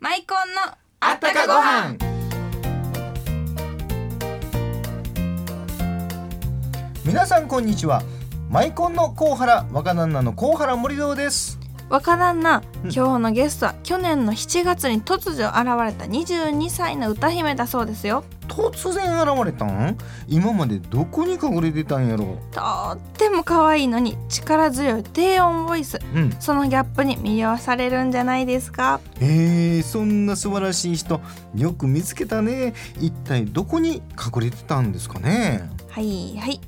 マイコンのあったかご飯皆さんこんにちはマイコンの高原若旦那の高原森堂ですわからんなうん今日のゲストは去年の7月に突如現れた22歳の歌姫だそうですよ突然現れたん今までどこに隠れてたんやろとっても可愛いのに力強い低音ボイスうんそのギャップに魅了されるんじゃないですかえー、そんな素晴らしい人よく見つけたね一体どこに隠れてたんですかねはいはい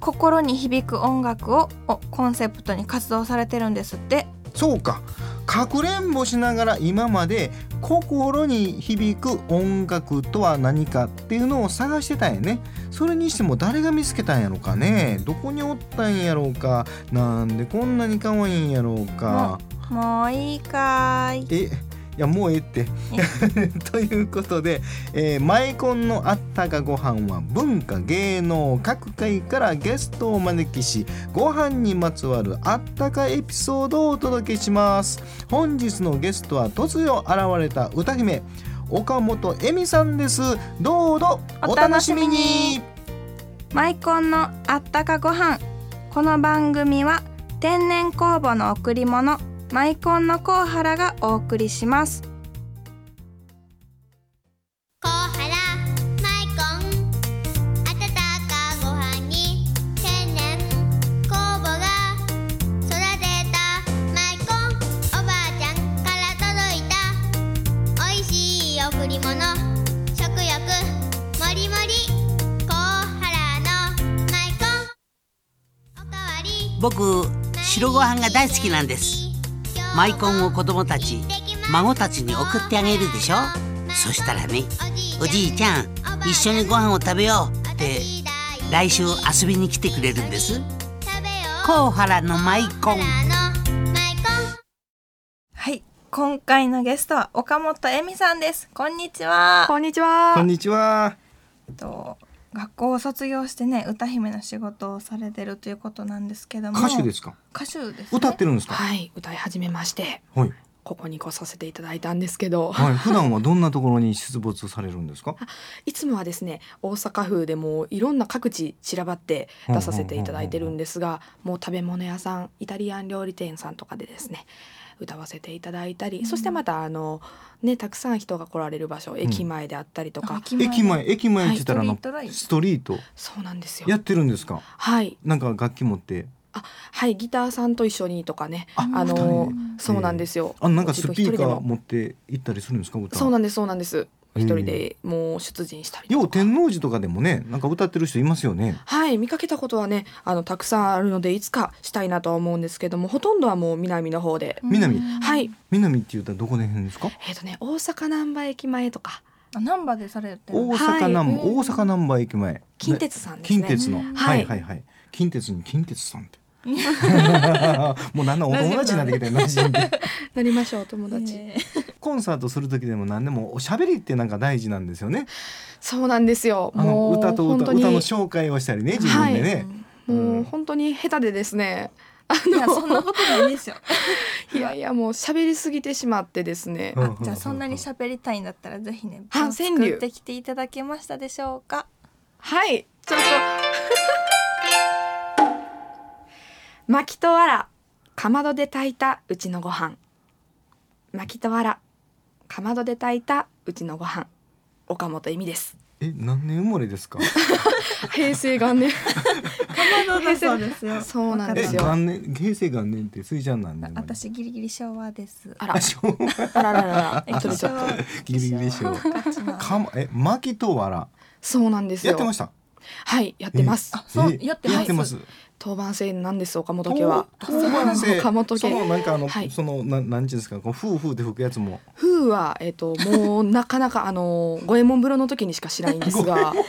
心に響く音楽ををコンセプトに活動されてるんですってそうかかくれんぼしながら今まで心に響く音楽とは何かっていうのを探してたんやねそれにしても誰が見つけたんやろうかねどこにおったんやろうかなんでこんなに可愛いんやろうかもういいかーいえいやもうええって ということで、えーマイコンのあったかご飯は文化芸能各界からゲストをお招きしご飯にまつわるあったかエピソードをお届けします本日のゲストは突如現れた歌姫岡本恵美さんですどうぞお楽しみにマイコンのあったかご飯この番組は天然酵母の贈り物マイコンのコウハラがお送りします小原マイコン温かご飯に天然酵母が育てたマイコンおばあちゃんから届いたおいしい贈り物食欲もりもり小原のマイコンおかわり僕白ご飯が大好きなんですマイコンを子供たち孫たちに送ってあげるでしょそしたらねおじいちゃん一緒にご飯を食べようって来週遊びに来てくれるんです甲原のマイコンはい今回のゲストは岡本恵美さんですこんにちはこんにちは。こんにちはえっと学校を卒業してね歌姫の仕事をされてるということなんですけども歌手ですか歌手ですね、歌ってるんですかはい、歌い始めまして、はい、ここに来させていただいたんですけど、はい、普段はどんなところに出没されるんですかいつもはですね、大阪府でもういろんな各地散らばって出させていただいてるんですが、もう食べ物屋さん、イタリアン料理店さんとかでですね、歌わせていただいたり、そしてまたあのね、たくさん人が来られる場所、駅前であったりとか、あ駅前駅前って言ったらあのストリートライブストリートそうなんですやよっ。てるんですかはい、なんか楽器持ってあ、はい、ギターさんと一緒にとかね、ああ二の人そうなんですよ。あなんか自ス分ピ一人ーでカもー持って行ったりするんですか歌そうなんです、そうなんです。へえ一人でもう出陣したりとか。要天王寺とかでもねなんか歌ってる人いますよねはい見かけたことはねあのたくさんあるのでいつかしたいなとは思うんですけどもほとんどはもう南の方で、南うんはい南って言ったらどこら辺ですかえっ、とね大阪難波駅前とかあ難波でされてる大の阪南、はい大阪南波駅前近鉄さんです近ね鉄の、うんはいはいはい近鉄に近鉄さんってもうなんなんお友達になってきたよ馴染んでなりましょうお友達、え コンサートする時でも何でもおしゃべりってなんか大事なんですよねそうなんですよあのもう歌と本歌当に歌の紹介をしたりね自分でね、はい、うんもう本当に下手でですねあーいやそんのなことないですよいやいやもう喋りすぎてしまってですね、うあんじゃあそんなに喋りたいんだったらぜひねあ川柳作ってきていただけましたでしょうかはいちょっと巻きとわらかまどで炊いたうちのご飯巻きとわらかまどで炊いたうちのご飯岡本恵美ですえ何年生まれですか平成元年そうですよそうなんえですよ元年平成元年って水ちゃんなんで私ギリギリ昭和です あらあ昭和あらららえらちょっとちょっとギリギリ昭和かまえ巻きとわらそうなんですよやってましたはいやってますあそうえやってますやってます当番制なんです岡本家は当番制岡本その家なんかあの、はいそのなんなんちゅうんですかこうふうふうで吹くやつも風はえっ、ともうなかなかあの五右衛門風呂の時にしか知らないん ですが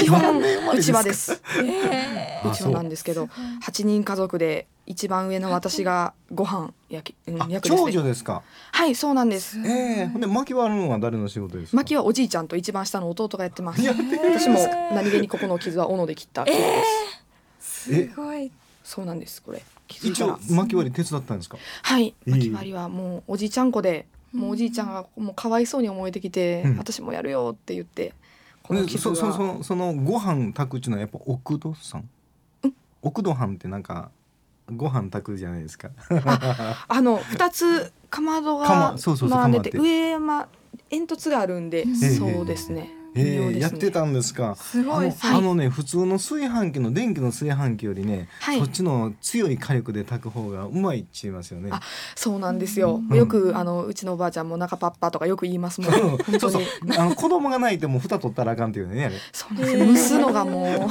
基本うちわですえあうちわなんですけど八人家族で一番上の私がご飯焼き、うん、あ役です長ね女ですかはいそうなんですええほんで巻き割るのは誰の仕事ですか巻きはおじいちゃんと一番下の弟がやってますやってる私も何気にここの傷は斧で切った、ー、すごいそうなんですこれ気づい一たら応巻き割り手伝ったんですかはいいい巻き割りはもうおじいちゃん子でもうおじいちゃんがもうかわいそうに思えてきて、うん私もやるよって言ってこので傷そがそそそのご飯炊くっていうのはやっぱ奥戸さん奥戸飯ってなんかご飯炊くじゃないですかあの二つかまどかまがそうそうそう並んでてかま上ま煙突があるんで、んそうですね。微えー妙ですねやってたんですかすあごいのですはいあのね普通の炊飯器の電気の炊飯器よりね、はいそっちの強い火力で炊く方がうまいって言いますよねあそうなんですよ。うんよくあのうちのおばあちゃんも中パッパとかよく言いますもん。本当うん にそうそうあの子供がないても蓋取ったらあかんっていうねあれそうなんですよ。蒸すのがも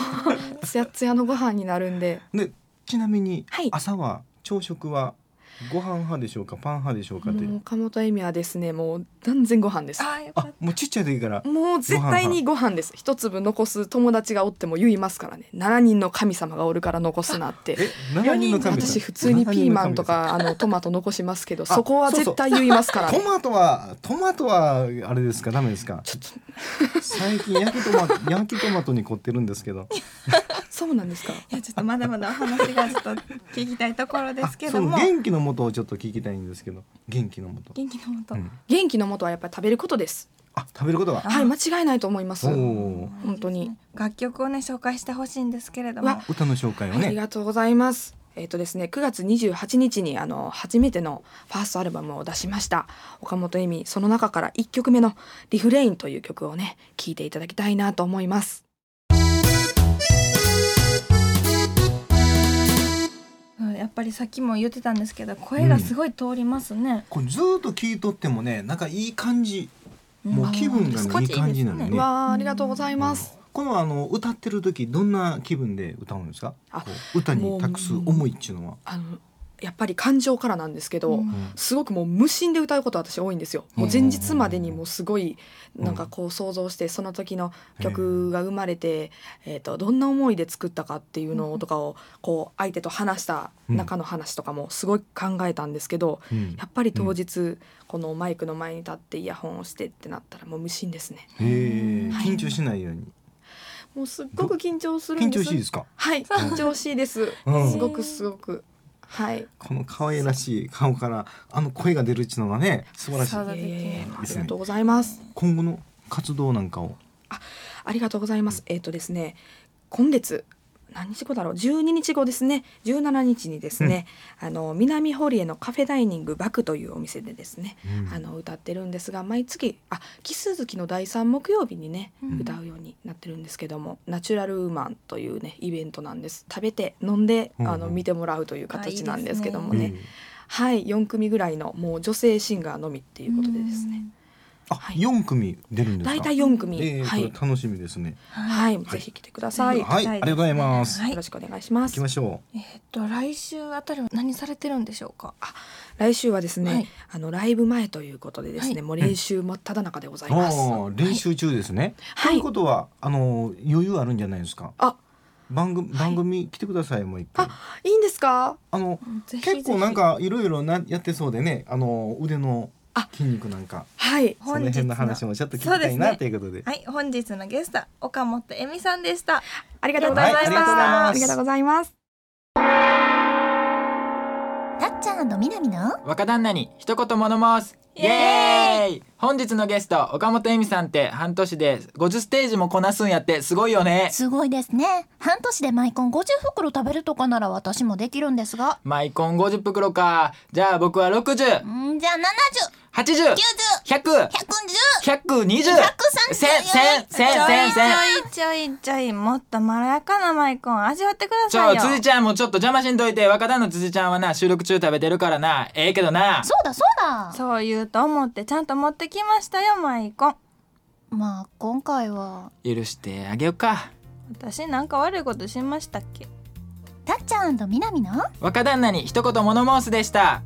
うつやつやのご飯になるんで。でちなみにはい朝は朝食はご飯派でしょうかパン派でしょうかって、もう岡本恵美はですね、もう断然ご飯です。あよかあっもうちっちゃい時からもう絶対にご飯です。一粒残す友達がおっても言いますからね。七人の神様がおるから残すなって。え7人の神様私普通にピーマンとかあのトマト残しますけど、そこは絶対言いますからトね。マトはトマトはあれですかダメですか ちょっ最近焼きトマト焼きトマトに凝ってるんですけどとそうなんですか。たいやちょっとまだまだお話がちょっと聞きたいところであすけそどのも元気のもとをちょっと聞きたいんですけど元気のもと、元気のもと、うん元気のもとはやっぱり食べることです。あ食べることがはい、間違いないと思います。おお本当に。楽曲をね紹介してほしいんですけれどもわ歌の紹介をありねがとうございます。えっ、とですね、9月28日にあの初めてのファーストアルバムを出しました岡本恵美その中から1曲目の「リフレイン」という曲をね聴いていただきたいなと思います。うんやっぱりさっきも言ってたんですけど声がすごい通りますね、これずーっと聞いとってもねなんかいい感じもう気分が少ねいしい感じなのいいですねうわあありがとうございます。このあの歌ってる時どんな気分で歌うんですかあこう歌に託す思いっていうのはあのやっぱり感情からなんですけど、うんすごくもう無心で歌うことは私多いんですよ。もう前日までにもうすごいうんなんかこう想像してその時の曲が生まれて、えー、とどんな思いで作ったかっていうのとかをこう相手と話した中の話とかもすごい考えたんですけど、うんやっぱり当日このマイクの前に立ってイヤホンをしてってなったらもう無心ですね。へえはい緊張しないようにもうすっごく緊張するん緊です。張しいですかはい緊張しいです。うんすごくすごくはい。この可愛らしい顔からあの声が出るっていうのがね素晴らしいそうだいえいえありがとうございます。今後の活動なんかをありがとうございます。えっ、とですね、今月何日後だろう12日後ですね17日にですね、あの南堀江のカフェダイニングバクというお店でですね、うんあの歌ってるんですが毎月あ奇数月の第3木曜日にね、うん歌うようになってるんですけどもナチュラルウーマンというねイベントなんです食べて飲んで、うんうんあの見てもらうというあいいで形すねなんですけどもえねえはい4組ぐらいのもう女性シンガーのみっていうことでですね、あはい四組出るんですか大体4組、ええはこれい、楽しみですねはい、はい、ぜひ来てください、ははいありがとうございますはよいろ、しくお願いしま行すきま。しょえーっと来週あたりは何されてるんでしょうか来週はですね、はいあのライブ前ということでですね、はいもう練習真っ只中でございうます。あー練習中ですねとはいいうことはあの余裕あるんじゃないですかあ、番組番組来てくださいもう一回いいんですか？あのぜひぜひ結構なんかいろいろなやってそうでねあの腕のあ筋肉なんかはい。その辺の話もちょっと聞きそうたでいすなねということではい本日のゲストは岡本恵美さんでしたありがとうござはいいまありした。がとうございますありがとうございます。たっちゃんとみなみの若旦那に一言物申すイエーイ本日のゲスト岡本恵美さんって半年で50ステージもこなすんやってすごいよねすごいですね半年でマイコン50袋食べるとかなら私もできるんですがマイコン50袋かじゃあ僕は6080んーじゃあ1 0 0 7090101030 120 1000 1000 1000 1000ちょいちょいちょいもっとまろやかなマイコン味わってくだちさいょよ辻ちゃんもちょっと邪魔しんといて若旦那辻ちゃんはな収録中食べてるからなええけどなそうだそうだそう言うと思ってちゃんと持ってきましたよマイコンまあ今回は許してあげようか私なんか悪いことしましたっけたっちゃんとみなみの若旦那に一言物申すでした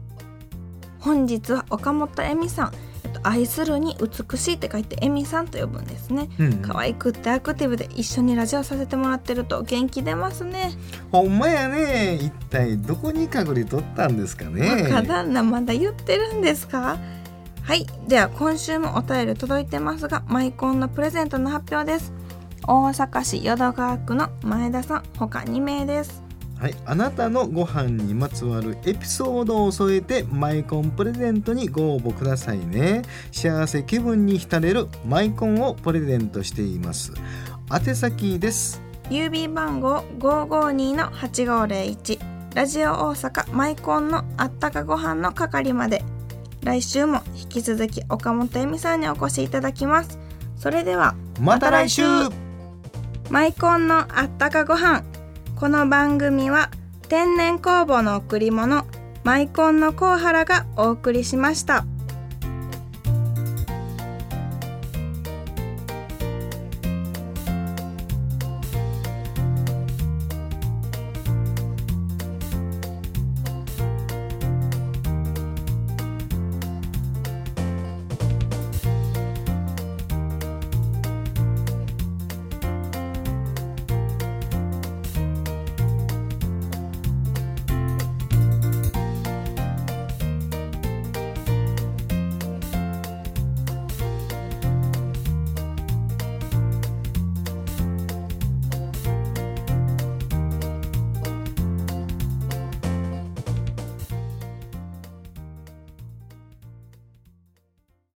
本日は岡本恵美さん、えっと、愛するに美しいって書いて恵美さんと呼ぶんですねうん可愛くってアクティブで一緒にラジオさせてもらってると元気出ますね、ほんまやね一体どこに隠れとったんですかね若旦那まだ言ってるんですかはいでは今週もお便り届いてますがマイコンのプレゼントの発表です大阪市淀川区の前田さん他2名ですはい、あなたのご飯にまつわるエピソードを添えてマイコンプレゼントにご応募くださいね幸せ気分に浸れるマイコンをプレゼントしています宛先です郵便番号552-8501ラジオ大阪マイコンのあったかご飯の係まで来週も引き続き岡本恵美さんにお越しいただきますそれではまた来週マイコンのあったかご飯この番組は天然酵母の贈り物マイコンのコウハラがお送りしました。